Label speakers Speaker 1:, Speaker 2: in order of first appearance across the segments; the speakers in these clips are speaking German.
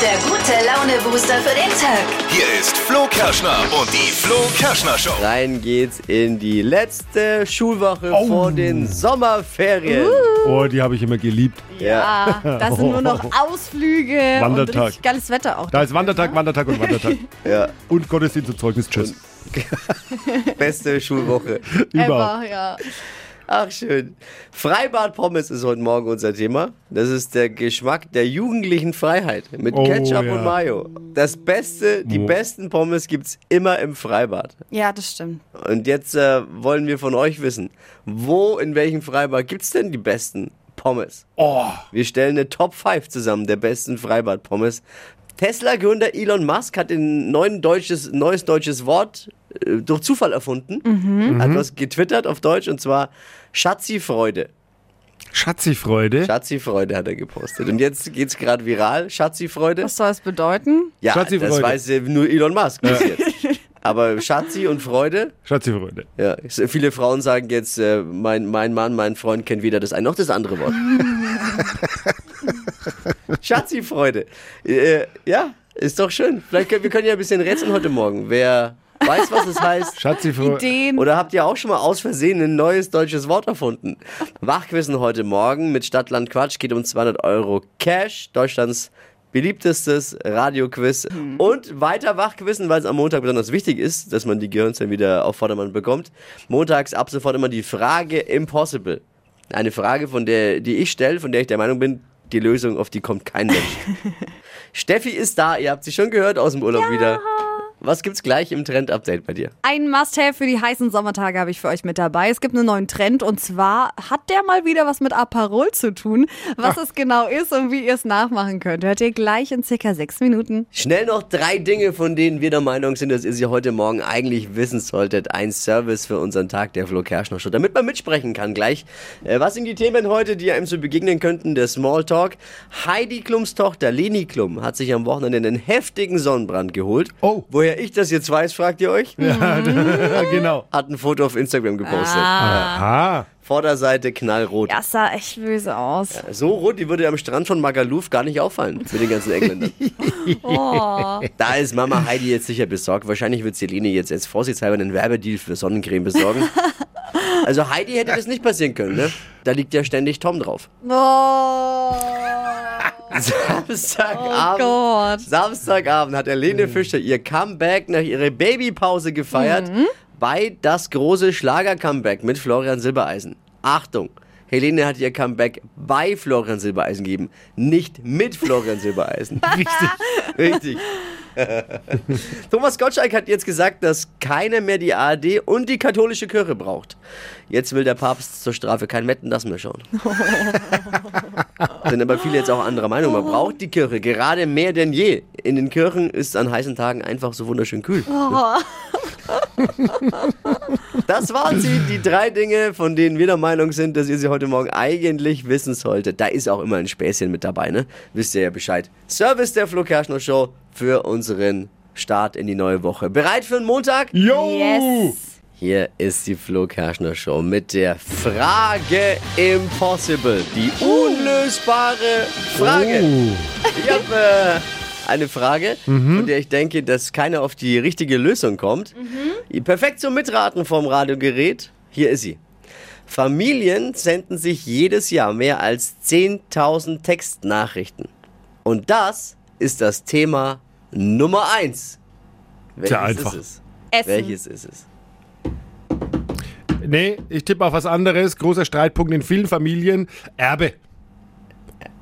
Speaker 1: der gute Laune-Booster für den Tag.
Speaker 2: Hier ist Flo Kerschner und die Flo Kerschner Show.
Speaker 3: Rein geht's in die letzte Schulwoche
Speaker 4: Oh.
Speaker 3: vor den Sommerferien.
Speaker 4: Oh, die habe ich immer geliebt.
Speaker 3: Ja.
Speaker 5: Ah, das sind nur noch Ausflüge
Speaker 4: Wandertag.
Speaker 5: und richtig geiles Wetter auch.
Speaker 4: Da ist Wandertag, Wandertag und Wandertag.
Speaker 3: Ja.
Speaker 4: Und Gottesdienst und Zeugnis. Tschüss.
Speaker 3: beste Schulwoche.
Speaker 4: Überhaupt.
Speaker 5: Ever, ja.
Speaker 3: Ach schön. Freibad-Pommes ist heute Morgen unser Thema. Das ist der Geschmack der jugendlichen Freiheit mit
Speaker 4: Oh,
Speaker 3: Ketchup
Speaker 4: ja.
Speaker 3: und Mayo. Das Beste, die
Speaker 4: Oh.
Speaker 3: besten Pommes gibt's immer im Freibad.
Speaker 5: ja, das stimmt.
Speaker 3: Und jetzt äh, wollen wir von euch wissen, wo, in welchem Freibad gibt's denn die besten Pommes?
Speaker 4: Oh,
Speaker 3: Wir stellen eine Top 5 zusammen der besten Freibad-Pommes. Tesla-Gründer Elon Musk hat ein neuen deutsches, neues deutsches Wort äh, durch Zufall erfunden. Hat was getwittert auf Deutsch und zwar Schatzi-Freude.
Speaker 4: Schatzi-Freude.
Speaker 3: Schatzi-Freude hat er gepostet. Und jetzt geht's gerade viral. Schatzi-Freude.
Speaker 5: Was soll das bedeuten?
Speaker 3: Ja, das
Speaker 4: Schatzi-Freude.
Speaker 3: weiß äh, nur Elon Musk bis jetzt. Aber Schatzi und Freude,
Speaker 4: Schatzi-Freude.
Speaker 3: ja. So Viele Frauen sagen jetzt, äh, mein, mein Mann, mein Freund kennt weder das eine noch das andere Wort. Schatzi-Freude. Äh, ja, ist doch schön. Vielleicht können, wir können ja ein bisschen rätseln heute Morgen. Wer weiß, was es heißt?
Speaker 4: Schatzi-Freude.
Speaker 5: Ideen.
Speaker 3: Oder habt ihr auch schon mal aus Versehen ein neues deutsches Wort erfunden? Wachquissen heute Morgen mit Stadtland Quatsch geht um 200 Euro Cash, Deutschlands beliebtestes Radioquiz. Und weiter Wachquissen, weil es am Montag besonders wichtig ist, dass man die Gehirnzellen wieder auf Vordermann bekommt. Montags ab sofort immer die Frage Impossible. Eine Frage, von der, die ich stelle, von der ich der Meinung bin, die Lösung, auf die kommt kein Mensch. Steffi ist da, ihr habt sie schon gehört aus dem Urlaub wieder. Was gibt's gleich im Trend-Update bei dir?
Speaker 5: Ein Must-Have für die heißen Sommertage habe ich für euch mit dabei. Es gibt einen neuen Trend und zwar hat der mal wieder was mit Aperol zu tun. Was
Speaker 4: Ah.
Speaker 5: es genau ist und wie ihr es nachmachen könnt, hört ihr gleich in circa sechs Minuten.
Speaker 3: Schnell noch drei Dinge, von denen wir der Meinung sind, dass ihr sie heute Morgen eigentlich wissen solltet. Ein Service für unseren Tag der Flo Kerschner Show, damit man mitsprechen kann gleich. Äh, was sind die Themen heute, die einem so begegnen könnten? Der Smalltalk. Heidi Klums Tochter Leni Klum hat sich am Wochenende einen heftigen Sonnenbrand geholt.
Speaker 4: Oh.
Speaker 3: Woher ich das jetzt weiß, fragt ihr euch?
Speaker 4: genau.
Speaker 3: Hat ein Foto auf Instagram gepostet.
Speaker 4: Ah.
Speaker 5: Ah.
Speaker 4: Aha.
Speaker 3: Vorderseite knallrot.
Speaker 5: Das sah echt böse aus.
Speaker 3: So rot, die würde am Strand von Magaluf gar nicht auffallen mit den ganzen Engländern. Da ist Mama Heidi jetzt sicher besorgt. Wahrscheinlich wird Selene jetzt als vorsichtshalber einen Werbedeal für Sonnencreme besorgen. Also Heidi hätte das nicht passieren können, ne? Da liegt ja ständig Tom drauf.
Speaker 5: Oh.
Speaker 3: Samstagabend.
Speaker 5: Gott.
Speaker 3: Samstagabend hat Helene Fischer ihr Comeback nach ihrer Babypause gefeiert bei das große Schlager-Comeback mit Florian Silbereisen. Achtung, Helene hat ihr Comeback bei Florian Silbereisen gegeben, nicht mit Florian Silbereisen.
Speaker 4: Richtig.
Speaker 3: Richtig. Thomas Gottschalk hat jetzt gesagt, dass keiner mehr die ARD und die katholische Kirche braucht. Jetzt will der Papst zur Strafe kein Metten das mehr schauen. Sind aber viele jetzt auch anderer Meinung. Man braucht die Kirche gerade mehr denn je. In den Kirchen ist es an heißen Tagen einfach so wunderschön kühl. Das waren sie, die drei Dinge, von denen wir der Meinung sind, dass ihr sie heute Morgen eigentlich wissen solltet. Da ist auch immer ein Späßchen mit dabei, ne? Wisst ihr ja Bescheid. Service der Flo Kerschner Show für unseren Start in die neue Woche. Bereit für den Montag?
Speaker 4: Jo.
Speaker 5: Yes.
Speaker 3: Hier ist die Flo Kerschner Show mit der Frage Impossible. Die unlösbare Frage.
Speaker 4: Oh. Mhm.
Speaker 3: Ich habe äh, eine Frage, von der ich denke, dass keiner auf die richtige Lösung kommt.
Speaker 4: Mhm.
Speaker 3: Perfekt zum Mitraten vom Radiogerät. Hier ist sie. Familien senden sich jedes Jahr mehr als 10.000 Textnachrichten. Und das ist das Thema Nummer 1. Welches
Speaker 4: Tja, einfach.
Speaker 3: ist es?
Speaker 5: Essen.
Speaker 3: Welches ist es?
Speaker 4: Nee, ich tippe auf was anderes. Großer Streitpunkt in vielen Familien. Erbe.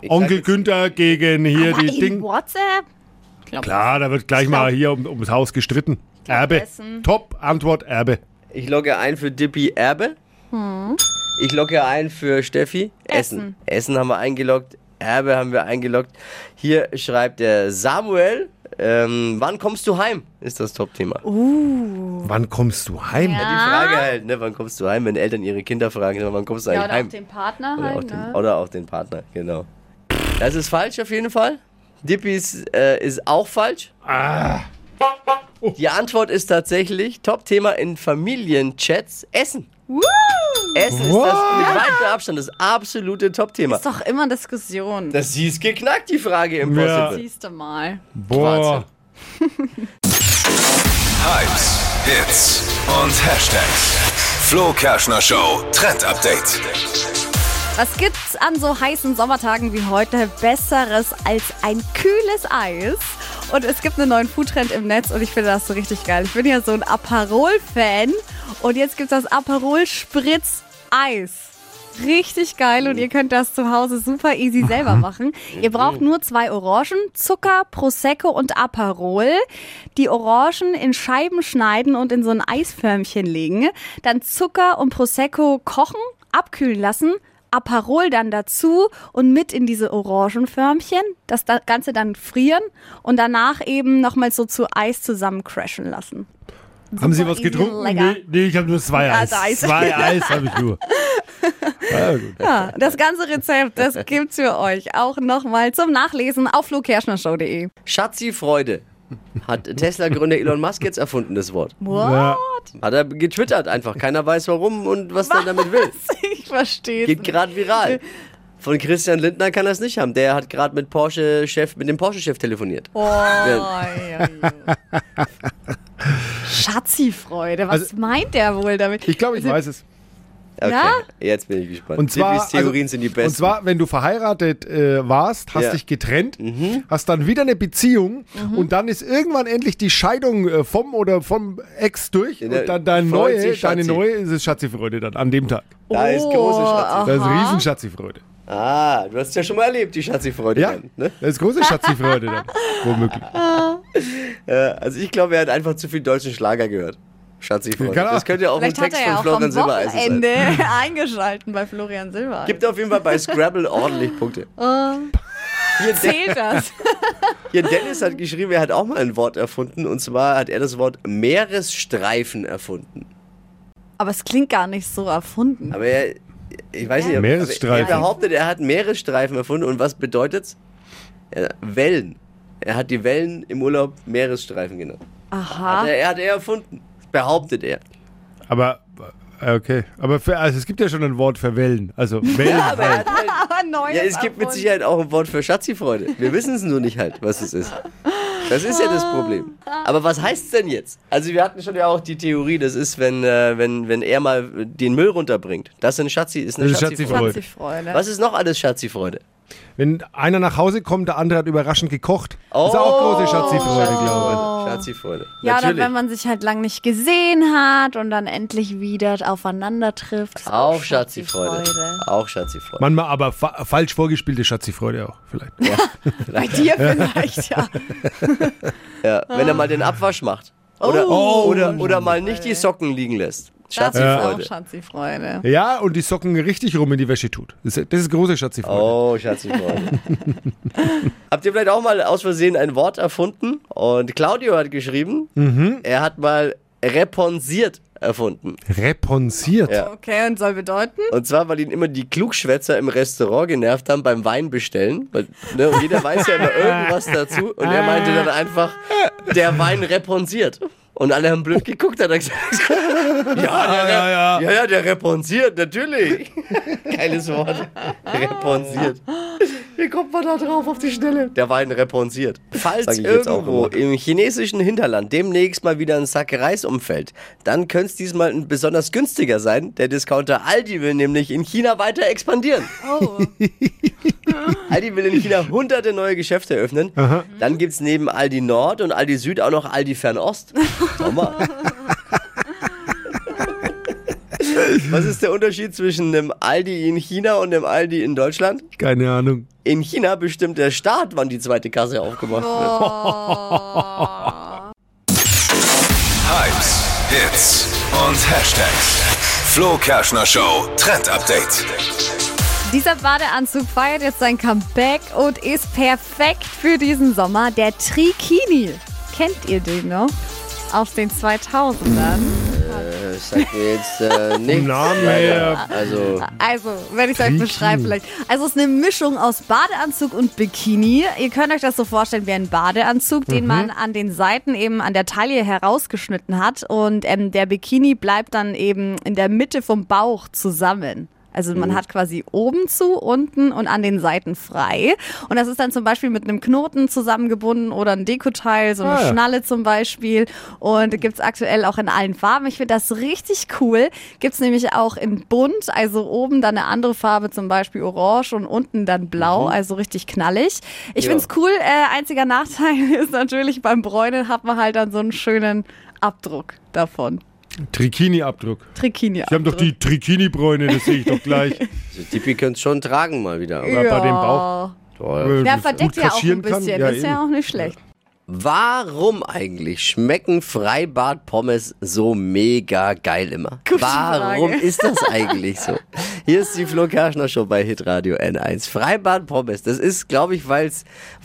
Speaker 3: Ich sag
Speaker 4: Onkel
Speaker 3: jetzt-
Speaker 4: Günther gegen hier
Speaker 5: Aber
Speaker 4: die
Speaker 5: in
Speaker 4: Ding.
Speaker 5: WhatsApp? Glaub
Speaker 4: Klar, da wird gleich
Speaker 5: Ich
Speaker 4: mal
Speaker 5: glaub-
Speaker 4: hier um, ums Haus gestritten. Erbe.
Speaker 5: Essen.
Speaker 4: Top Antwort Erbe.
Speaker 3: Ich logge ein für Dippy Erbe. Ich logge ein für Steffi Hm. Essen. Essen. haben wir eingeloggt. Erbe haben wir eingeloggt. Hier schreibt der Samuel. Ähm, wann kommst du heim? Ist das Top-Thema.
Speaker 4: Wann kommst du heim?
Speaker 3: Die Frage halt, ne, wann kommst du heim, wenn Eltern ihre Kinder fragen, ne, wann kommst du
Speaker 5: Ja,
Speaker 3: eigentlich
Speaker 5: oder
Speaker 3: heim?
Speaker 5: auch den Partner
Speaker 3: oder, auch
Speaker 5: halt,
Speaker 3: den,
Speaker 5: ne?
Speaker 3: oder auch den Partner, genau. Das ist falsch auf jeden Fall. Dippys äh, ist auch falsch.
Speaker 4: Ah.
Speaker 3: Die Antwort ist tatsächlich Top-Thema in Familienchats Essen.
Speaker 5: Woo!
Speaker 3: Essen ist das mit weitem Abstand das absolute Top-Thema.
Speaker 5: Ist doch immer Diskussion.
Speaker 3: Das hieß geknackt, die Frage im
Speaker 4: Ja.
Speaker 3: Possible.
Speaker 5: Siehst du mal.
Speaker 4: Boah.
Speaker 2: Hypes, Hits und Hashtags. Flo Kerschner Show Trend Update.
Speaker 5: Was gibt's an so heißen Sommertagen wie heute Besseres als ein kühles Eis? Und es gibt einen neuen Foodtrend im Netz und ich finde das so richtig geil. Ich bin ja so ein Aperol-Fan und jetzt gibt's das Aperol-Spritz-Eis. Richtig geil und ihr könnt das zu Hause super easy selber machen. Ihr braucht nur zwei Orangen, Zucker, Prosecco und Aperol. Die Orangen in Scheiben schneiden und in so ein Eisförmchen legen. Dann Zucker und Prosecco kochen, abkühlen lassen. Aperol dann dazu und mit in diese Orangenförmchen, das da- Ganze dann frieren und danach eben nochmal so zu Eis zusammen crashen lassen.
Speaker 4: Haben Sie was
Speaker 5: easy,
Speaker 4: getrunken?
Speaker 5: lecker.
Speaker 4: Nee, nee, ich habe nur zwei Eis.
Speaker 5: Also Eis.
Speaker 4: Zwei Eis habe ich nur. Ja, gut.
Speaker 5: Ja, das ganze Rezept, das gibt's für euch auch nochmal zum Nachlesen auf flokerschnershow.de.
Speaker 3: Schatzi Freude hat Tesla-Gründer Elon Musk jetzt erfunden, das Wort.
Speaker 5: What?
Speaker 4: Ja.
Speaker 3: Hat er getwittert einfach. Keiner weiß warum und was, er damit will.
Speaker 5: Ich verstehe.
Speaker 3: Geht gerade viral. Von Christian Lindner kann er es nicht haben. Der hat gerade mit Porsche-Chef, mit dem Porsche-Chef telefoniert.
Speaker 5: Oh, ja, ja. Schatzi-Freude, was
Speaker 4: Also-
Speaker 5: meint der wohl damit? Also,
Speaker 4: Ich glaube, ich weiß es.
Speaker 3: Okay,
Speaker 5: Ja?
Speaker 3: jetzt bin ich gespannt.
Speaker 4: Und zwar,
Speaker 3: Silvis Theorien
Speaker 4: also,
Speaker 3: sind die besten.
Speaker 4: Und zwar, wenn du verheiratet äh, warst, hast
Speaker 3: Ja.
Speaker 4: dich getrennt, hast dann wieder eine Beziehung
Speaker 5: Mhm.
Speaker 4: und dann ist irgendwann endlich die Scheidung äh, vom oder vom Ex durch
Speaker 3: der-
Speaker 4: und dann deine
Speaker 3: freut
Speaker 4: neue,
Speaker 3: sich Schatzi.
Speaker 4: deine neue ist es Schatzifreude dann an dem Tag.
Speaker 3: da ist
Speaker 5: oh,
Speaker 3: große Schatzi.
Speaker 4: Das ist riesen Schatzifreude.
Speaker 3: Ah, du hast es ja schon mal erlebt, die Schatzi-Freude.
Speaker 4: Ja,
Speaker 3: dann, Ne?
Speaker 4: das ist große Schatzifreude dann. Womöglich.
Speaker 3: Äh, Also ich glaube, er hat einfach zu viel deutschen Schlager gehört. Schatzi-Freude.
Speaker 4: Kann er-
Speaker 3: Das könnte ja auch ein
Speaker 5: Vielleicht hat
Speaker 3: Text
Speaker 5: er ja
Speaker 3: von
Speaker 5: auch am
Speaker 3: Florian Silbereisen sein.
Speaker 5: Wochenende eingeschalten bei Florian Silber.
Speaker 3: Gibt auf jeden Fall bei Scrabble ordentlich Punkte.
Speaker 5: Ähm,
Speaker 3: Hier, De
Speaker 5: Zählt das?
Speaker 3: hier Dennis hat geschrieben, er hat auch mal ein Wort erfunden. Und zwar hat er das Wort Meeresstreifen erfunden.
Speaker 5: Aber es klingt gar nicht so erfunden.
Speaker 3: Aber er, ich weiß nicht, ob-
Speaker 4: Meeresstreifen.
Speaker 3: aber er behauptet, er hat Meeresstreifen erfunden. Und was bedeutet's? Ja, Wellen. Er hat die Wellen im Urlaub Meeresstreifen genannt.
Speaker 5: Aha.
Speaker 3: Hat er, er hat er erfunden. Behauptet er.
Speaker 4: Aber äh, okay, aber für, also es gibt ja schon ein Wort für Wellen, also Wellen.
Speaker 3: Aber er hat halt,
Speaker 5: Aber neu.
Speaker 3: ja, es gibt mit Sicherheit auch ein Wort für Schatzi-Freude. Wir wissen es nur nicht halt, was es ist. Das ist ja das Problem. Aber was heißt es denn jetzt? Also wir hatten schon ja auch die Theorie, das ist, wenn, äh, wenn, wenn er mal den Müll runterbringt. Das ist ein Schatzi, ist eine
Speaker 4: Das ist
Speaker 3: Schatzi-Freude.
Speaker 4: Schatzi-Freude.
Speaker 5: Freude.
Speaker 3: Was ist noch alles Schatzi-Freude?
Speaker 4: Wenn einer nach Hause kommt, der andere hat überraschend gekocht. Das ist
Speaker 5: Oh.
Speaker 4: auch große Schatzifreude, glaube
Speaker 3: Schatzi-Freude.
Speaker 5: Ja, dann,
Speaker 3: Natürlich.
Speaker 5: wenn man sich halt lang nicht gesehen hat und dann endlich wieder aufeinander trifft. ist
Speaker 3: auch Schatzi-Freude.
Speaker 5: Schatzi-Freude.
Speaker 3: Auch
Speaker 4: ich.
Speaker 3: Schatzi-Freude.
Speaker 4: Manchmal aber fa falsch vorgespielte Schatzifreude auch vielleicht.
Speaker 5: Bei dir vielleicht, ja.
Speaker 3: Ja, wenn er mal den Abwasch macht. Oder,
Speaker 4: Oh.
Speaker 3: oder, oder mal nicht die Socken liegen lässt.
Speaker 5: Das ist auch
Speaker 3: Schatzi-Freude.
Speaker 5: Schatzi-Freude.
Speaker 4: Ja, und die Socken richtig rum in die Wäsche tut. Das ist, das ist große Schatzifreude.
Speaker 3: Oh, Schatzi-Freude. Habt ihr vielleicht auch mal aus Versehen ein Wort erfunden? Und Claudio hat geschrieben, er hat mal reponsiert erfunden.
Speaker 4: Reponsiert.
Speaker 3: Ja.
Speaker 5: Okay, und soll bedeuten?
Speaker 3: Und zwar, weil ihn immer die Klugschwätzer im Restaurant genervt haben beim Wein bestellen. Weil, ne, und jeder weiß ja immer irgendwas dazu. Und er meinte dann einfach, der Wein reponsiert. Und alle haben blöd geguckt, hat er gesagt. ja, der,
Speaker 4: ja, ja.
Speaker 3: ja, ja, der reponsiert, natürlich. Geiles Wort. Reponsiert. Wie kommt man da drauf auf die Schnelle? Der
Speaker 4: halt
Speaker 3: Wein reponsiert.
Speaker 4: Sag
Speaker 3: Falls
Speaker 4: ich jetzt auch
Speaker 3: irgendwo
Speaker 4: immer.
Speaker 3: im chinesischen Hinterland demnächst mal wieder ein Sack Reis umfällt, dann könnte es diesmal ein besonders günstiger sein. Der Discounter Aldi will nämlich in China weiter expandieren.
Speaker 5: Oh.
Speaker 3: Aldi will in China hunderte neue Geschäfte eröffnen. Dann gibt es neben Aldi Nord und Aldi Süd auch noch Aldi Fernost. Schau mal. Was ist der Unterschied zwischen einem Aldi in China und einem Aldi in Deutschland?
Speaker 4: Keine Ahnung.
Speaker 3: In China bestimmt der Staat, wann die zweite Kasse aufgemacht wird.
Speaker 2: Hypes, Hits und Hashtags. Flo Kerschner Show Trend Update.
Speaker 5: Dieser Badeanzug feiert jetzt sein Comeback und ist perfekt für diesen Sommer. Der Trikini. Kennt ihr den noch? Aus den 2000ern.
Speaker 3: das sagt mir jetzt äh, nichts.
Speaker 4: Namen
Speaker 3: leider. Also,
Speaker 5: Also, wenn ich es euch beschreibe, vielleicht. Also, es ist eine Mischung aus Badeanzug und Bikini. Ihr könnt euch das so vorstellen wie ein Badeanzug, den man an den Seiten eben an der Taille herausgeschnitten hat. Und ähm, der Bikini bleibt dann eben in der Mitte vom Bauch zusammen. Also man hat quasi oben zu, unten und an den Seiten frei. Und das ist dann zum Beispiel mit einem Knoten zusammengebunden oder ein Dekoteil, so eine
Speaker 4: Ah, ja.
Speaker 5: Schnalle zum Beispiel. Und gibt's aktuell auch in allen Farben. Ich finde das richtig cool. Gibt's nämlich auch in bunt, also oben dann eine andere Farbe, zum Beispiel orange und unten dann blau,
Speaker 4: Mhm.
Speaker 5: also richtig knallig. Ich
Speaker 3: Ja.
Speaker 5: find's cool. Äh, einziger Nachteil ist natürlich, beim Bräunen hat man halt dann so einen schönen Abdruck davon.
Speaker 4: Trikini-Abdruck.
Speaker 5: Trikini.
Speaker 4: Die haben doch die Trikini-Bräune, das sehe ich doch gleich.
Speaker 3: also Tippi könnte schon tragen mal wieder. Aber,
Speaker 4: bei dem Bauch.
Speaker 3: Toll.
Speaker 4: Weil
Speaker 5: Ja,
Speaker 4: das
Speaker 5: verdeckt
Speaker 4: gut
Speaker 5: ja auch ein
Speaker 4: kaschieren kann.
Speaker 5: bisschen. ist ja
Speaker 4: eben.
Speaker 5: auch nicht schlecht.
Speaker 3: Warum eigentlich schmecken Freibad-Pommes so mega geil immer?
Speaker 5: Gute
Speaker 3: Warum
Speaker 5: Frage.
Speaker 3: ist das eigentlich so? Hier ist die Flo Kerschner Show bei Hitradio N1. Freibad-Pommes, das ist, glaube ich, weil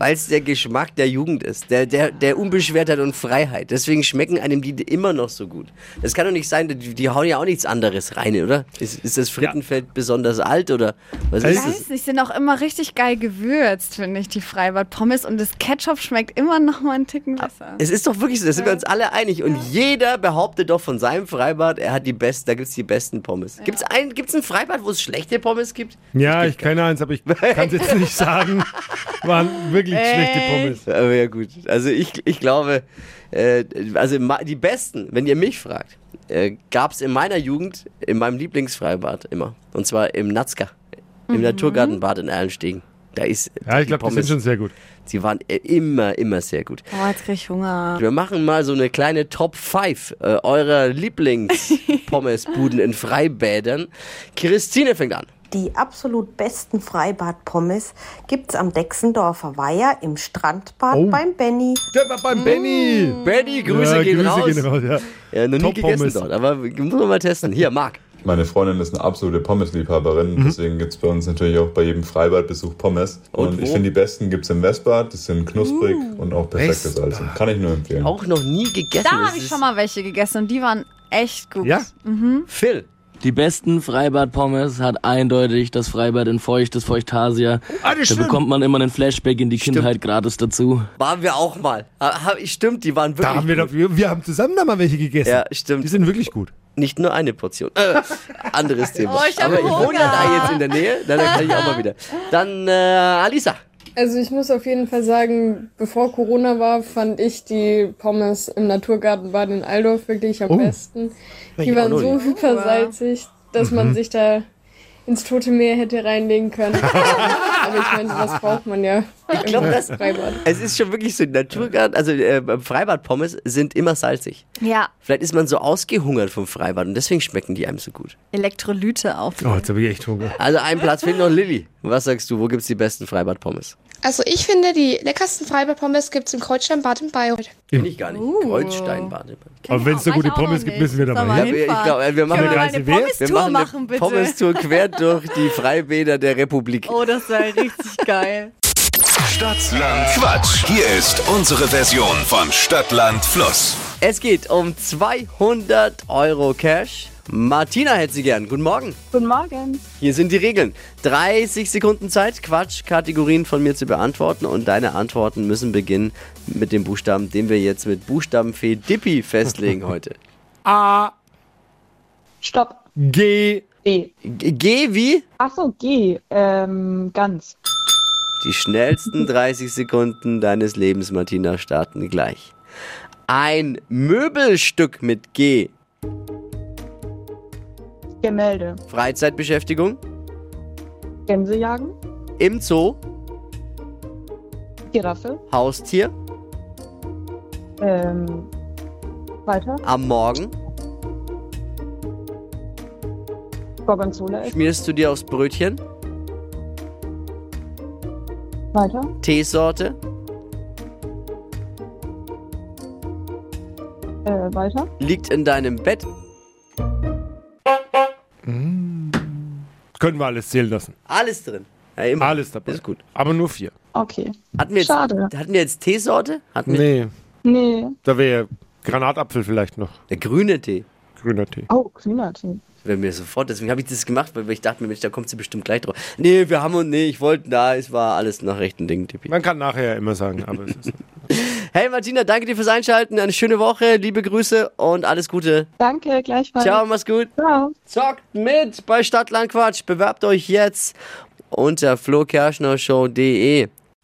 Speaker 3: es der Geschmack der Jugend ist, der, der, der Unbeschwertheit und Freiheit. Deswegen schmecken einem die immer noch so gut. Das kann doch nicht sein, die, die hauen ja auch nichts anderes rein, oder? Ist, ist das Frittenfeld besonders alt oder was
Speaker 5: Ich
Speaker 3: ist das?
Speaker 5: weiß nicht, sind auch immer richtig geil gewürzt, finde ich, die Freibad-Pommes. Und das Ketchup schmeckt immer noch mal einen Ticken
Speaker 4: Ah,
Speaker 5: besser.
Speaker 3: Es ist doch wirklich so, da sind wir uns alle einig. Und jeder behauptet doch von seinem Freibad, er hat die besten, da gibt's die besten Pommes. Gibt's ein, gibt's ein Freibad, wo es schlechte Pommes gibt?
Speaker 4: Ja, ich kenne eins, aber ich kann es jetzt nicht sagen. Waren wirklich schlechte Pommes.
Speaker 3: Aber ja gut, also ich, ich glaube, äh, also ma- die besten, wenn ihr mich fragt, äh, gab's in meiner Jugend, in meinem Lieblingsfreibad immer. Und zwar im Natzka, im Naturgartenbad in Erlenstegen. Da ist
Speaker 4: Ja,
Speaker 3: die
Speaker 4: ich glaube, die sind
Speaker 3: Pommes,
Speaker 4: schon sehr gut.
Speaker 3: sie waren äh, immer, immer sehr gut.
Speaker 5: Oh, jetzt krieg ich Hunger.
Speaker 3: Wir machen mal so eine kleine Top 5 äh, eurer Lieblings-Pommesbuden in Freibädern. Christine fängt an.
Speaker 6: Die absolut besten Freibad-Pommes gibt's am Dexendorfer Weiher im Strandbad
Speaker 4: Oh.
Speaker 6: beim Benny.
Speaker 4: Der war beim Benny.
Speaker 3: Benny, Grüße
Speaker 4: ja,
Speaker 3: gehen
Speaker 4: Grüße
Speaker 3: raus.
Speaker 4: gehen raus. Ja.
Speaker 3: Ja, noch nie
Speaker 4: Top
Speaker 3: gegessen
Speaker 4: Pommes.
Speaker 3: dort, aber muss man mal testen. Hier, Marc.
Speaker 7: Meine Freundin ist eine absolute Pommes-Liebhaberin,
Speaker 3: Mhm.
Speaker 7: deswegen gibt's bei uns natürlich auch bei jedem Freibadbesuch Pommes. Und,
Speaker 3: Und wo? Uh.
Speaker 7: ich finde, die besten gibt's im Westbad, die sind knusprig und auch perfekt
Speaker 3: Westbad.
Speaker 7: gesalzen. Kann ich nur empfehlen.
Speaker 3: Auch noch nie gegessen.
Speaker 5: Da
Speaker 3: Das
Speaker 5: habe ich
Speaker 3: ist-
Speaker 5: schon mal welche gegessen und die waren echt gut.
Speaker 4: ja,
Speaker 3: Ah, Phil.
Speaker 8: Die besten Freibad-Pommes hat eindeutig das Freibad in Feucht, das Feuchthasia.
Speaker 4: Ah, das
Speaker 8: da
Speaker 4: stimmt.
Speaker 8: bekommt man immer einen Flashback in die Kindheit gratis dazu.
Speaker 3: Waren wir auch mal. Ha- ha- Stimmt, die waren wirklich.
Speaker 4: da haben wir, doch, wir, wir haben zusammen da mal welche gegessen.
Speaker 3: Ja,
Speaker 4: Die
Speaker 3: stimmt.
Speaker 4: sind wirklich gut.
Speaker 3: Nicht nur eine Portion. Äh, anderes Thema.
Speaker 5: Oh, ich hab
Speaker 3: aber ich wohne
Speaker 5: Hunger.
Speaker 3: da jetzt in der Nähe. Na, dann kann ich auch mal wieder. Dann äh, Alisa.
Speaker 9: Also ich muss auf jeden Fall sagen, bevor Corona war, fand ich die Pommes im Naturgartenbad in Aldorf wirklich am
Speaker 4: Oh.
Speaker 9: besten.
Speaker 4: ich
Speaker 9: Die
Speaker 4: auch
Speaker 9: waren
Speaker 4: noch Mhm.
Speaker 9: so
Speaker 4: nicht.
Speaker 9: hypersalzig, dass man sich da ins Tote Meer hätte reinlegen können. Aber ich meine, was braucht man ja
Speaker 3: Ich glaube, das.
Speaker 9: Freibad.
Speaker 3: Es ist schon wirklich so, Naturgarten, also äh, Freibad-Pommes sind immer salzig.
Speaker 5: Ja,
Speaker 3: Vielleicht ist man so ausgehungert vom Freibad und deswegen schmecken die einem so gut.
Speaker 5: Elektrolyte auch.
Speaker 4: Oh, jetzt habe ich echt Hunger.
Speaker 3: Also ein Platz fehlt noch Lilly. Was sagst du, wo gibt's die besten Freibad-Pommes?
Speaker 10: Also ich finde, die leckersten Freibad-Pommes gibt's im Kreuzsteinbad in Bayreuth.
Speaker 3: Finde ich gar nicht.
Speaker 5: Uh.
Speaker 3: Kreuzsteinbad.
Speaker 4: Aber wenn es so
Speaker 5: Weiß
Speaker 4: gute
Speaker 5: ich auch noch
Speaker 4: Pommes gibt,
Speaker 5: nicht.
Speaker 4: müssen wir da
Speaker 5: Sollen
Speaker 4: mal
Speaker 5: wir
Speaker 4: hin.
Speaker 3: Ja, wir- ich
Speaker 5: hinfahren?
Speaker 3: glaub, wir machen
Speaker 5: Können
Speaker 4: eine
Speaker 5: mal
Speaker 4: ganze
Speaker 5: eine
Speaker 4: Welt.
Speaker 3: Wir
Speaker 5: Pommes-Tour
Speaker 3: machen
Speaker 5: machen,
Speaker 3: eine
Speaker 5: bitte.
Speaker 3: Pommes-Tour quer durch die Freibäder der Republik.
Speaker 5: Oh, das wäre richtig geil.
Speaker 2: Stadtland Quatsch. Hier ist unsere Version von Stadtland Fluss.
Speaker 3: Es geht um 200 Euro Cash. Martina hätte sie gern. Guten Morgen.
Speaker 11: Guten Morgen.
Speaker 3: Hier sind die Regeln. 30 Sekunden Zeit, Quatsch-Kategorien von mir zu beantworten. Und deine Antworten müssen beginnen mit dem Buchstaben, den wir jetzt mit Buchstabenfee Dippi festlegen heute.
Speaker 4: A,
Speaker 11: Stopp.
Speaker 4: G,
Speaker 11: G.
Speaker 3: G- G wie?
Speaker 11: Achso, G. Ähm, ganz.
Speaker 3: Die schnellsten 30 Sekunden deines Lebens, Martina, starten gleich. Ein Möbelstück mit G.
Speaker 11: Gemälde.
Speaker 3: Freizeitbeschäftigung.
Speaker 11: Gänse jagen.
Speaker 3: Im Zoo.
Speaker 11: Giraffe.
Speaker 3: Haustier.
Speaker 11: Ähm, weiter.
Speaker 3: Am Morgen.
Speaker 11: Gorgonzola essen.
Speaker 3: Schmierst du dir aufs Brötchen.
Speaker 11: Weiter.
Speaker 3: Teesorte.
Speaker 11: Äh, weiter.
Speaker 3: Liegt in deinem Bett.
Speaker 4: können wir alles zählen lassen.
Speaker 3: Alles drin. Ja, immer.
Speaker 4: Alles dabei.
Speaker 3: Ist gut.
Speaker 4: Aber nur vier.
Speaker 11: Okay.
Speaker 3: Hatten wir jetzt,
Speaker 11: Schade.
Speaker 3: hatten wir jetzt Teesorte? Hatten wir
Speaker 4: Nee,
Speaker 11: Nee.
Speaker 4: da wäre Granatapfel vielleicht noch.
Speaker 3: der grüne Tee.
Speaker 4: Grüner Tee.
Speaker 11: Oh, grüner Tee.
Speaker 3: Wenn mir sofort, deswegen habe ich das gemacht, weil ich dachte mir, Mensch, da kommt sie bestimmt gleich drauf. Nee, wir haben uns, nee, ich wollte, na, es war alles nach rechten Dingen, Tippi.
Speaker 4: Man kann nachher immer sagen, aber es ist.
Speaker 3: Hey Martina, danke dir fürs Einschalten, eine schöne Woche, liebe Grüße und alles Gute.
Speaker 11: Danke, gleichfalls.
Speaker 3: Ciao, mach's gut.
Speaker 11: Ciao.
Speaker 3: Zockt mit bei Stadtland Quatsch, bewerbt euch jetzt unter flokerschnershow.de.